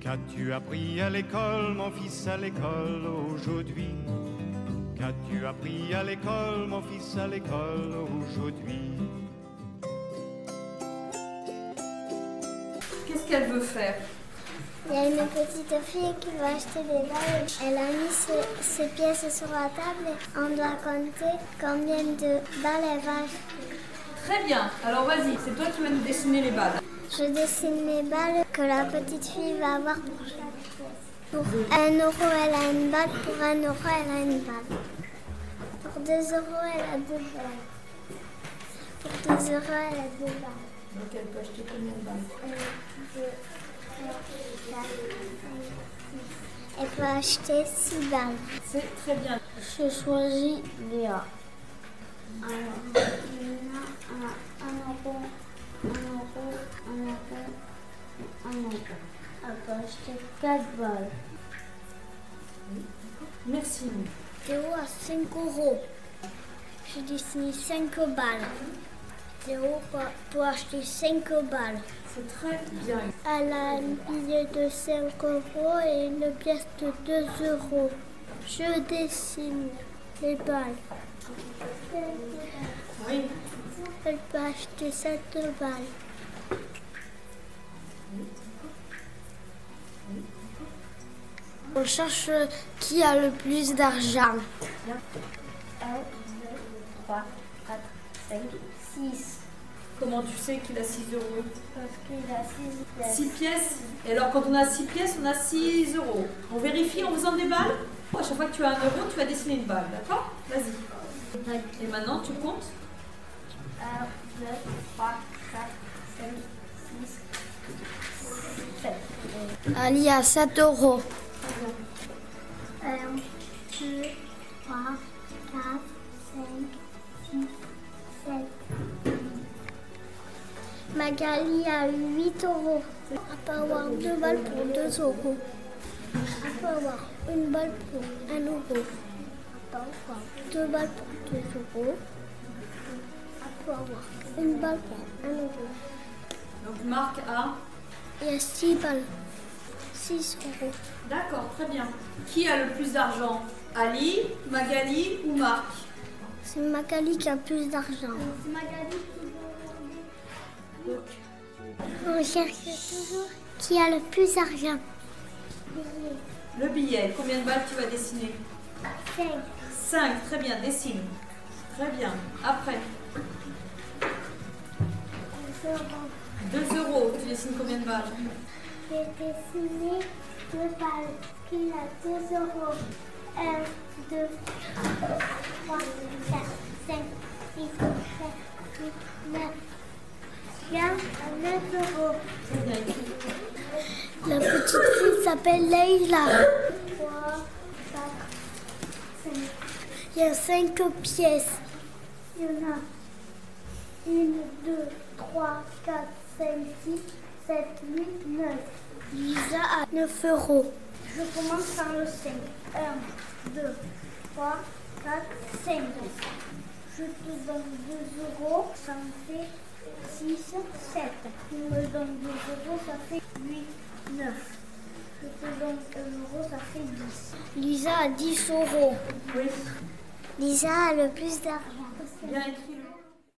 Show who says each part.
Speaker 1: Qu'as-tu appris à l'école, mon fils, à l'école aujourd'hui Qu'as-tu appris à l'école, mon fils, à l'école aujourd'hui
Speaker 2: Qu'est-ce qu'elle veut faire
Speaker 3: Il y a une petite fille qui va acheter des balles. Elle a mis ses, ses pièces sur la table. On doit compter combien de balles elle va acheter.
Speaker 2: Très bien, alors vas-y, c'est toi qui vas nous dessiner les balles.
Speaker 3: Je dessine mes balles que la petite fille va avoir pour chaque pièce. Pour 1 euro, elle a une balle. Pour 1 euro, elle a une balle. Pour 2 euros, elle a deux balles. Pour 2 euros, elle a deux balles.
Speaker 2: Donc elle peut acheter combien de balles
Speaker 3: Elle peut acheter 6 balles.
Speaker 2: C'est très bien.
Speaker 3: Je choisis Léa. Alors, Léa a 1 euro, 1 euro, 1 euro, 1 euro. Elle peut acheter 4 balles.
Speaker 2: Merci.
Speaker 3: Théo a 5 euros. J'ai dessiné 5 balles. Théo peut- peut acheter 5 balles.
Speaker 2: C'est très bien.
Speaker 3: Elle a un billet de 5 euros et une pièce de 2 euros. Je dessine les balles.
Speaker 2: Oui.
Speaker 3: Elle peut acheter 7 balles. On cherche euh, qui a le plus d'argent. 1, 2, 3, 4, 5, 6.
Speaker 2: Comment tu sais qu'il a 6 euros
Speaker 3: Parce qu'il a 6
Speaker 2: 6 pièces. Et alors quand on a 6 pièces, on a 6 euros. On vérifie en faisant des balles Oh, À chaque fois que tu as un euro, tu vas dessiner une balle, d'accord Vas-y. Et maintenant, tu comptes
Speaker 3: 1, 2, 3, 4, 5, 6, 7. Ali a 7 euros. 1, 2, 3, 4, 5, 6, 7. Magali a 8 euros. On peut avoir 2 balles pour 2 euros. On peut avoir une balle pour 1 euro. On peut avoir 2 balles pour 2 euros pour avoir une balle pour un euro.
Speaker 2: Donc Marc a.
Speaker 3: Il y a 6 balles. 6 euros.
Speaker 2: D'accord, très bien. Qui a le plus d'argent Ali, Magali ou Marc
Speaker 3: C'est Magali qui a plus d'argent. On cherche toujours qui a le plus d'argent.
Speaker 2: Le billet, combien de balles tu vas dessiner
Speaker 3: 5.
Speaker 2: 5, très bien, dessine. Très bien. Après, 2 euros, tu dessines combien de balles
Speaker 3: J'ai dessiné 2 balles. Il a 2 euros. 1, 2, 3, 4, 5, 6, 7, 8, 9. Il y a 9 euros.
Speaker 2: Très bien écrit.
Speaker 3: La petite fille s'appelle Leïla. Il y a cinq pièces. Il y en a une, deux, trois, quatre, cinq, six, sept, huit, neuf. Lisa a 9 euros. Je commence par le 5. 1, 2, 3, 4, 5. Je te donne 2 euros, ça me fait 6, 7. Tu me donnes 2 euros, ça fait 8, 9. Je te donne 1 euro, ça fait 10. Lisa a 10 euros.
Speaker 2: Oui.
Speaker 3: Lisa a le plus d'argent.
Speaker 2: Bien écrit.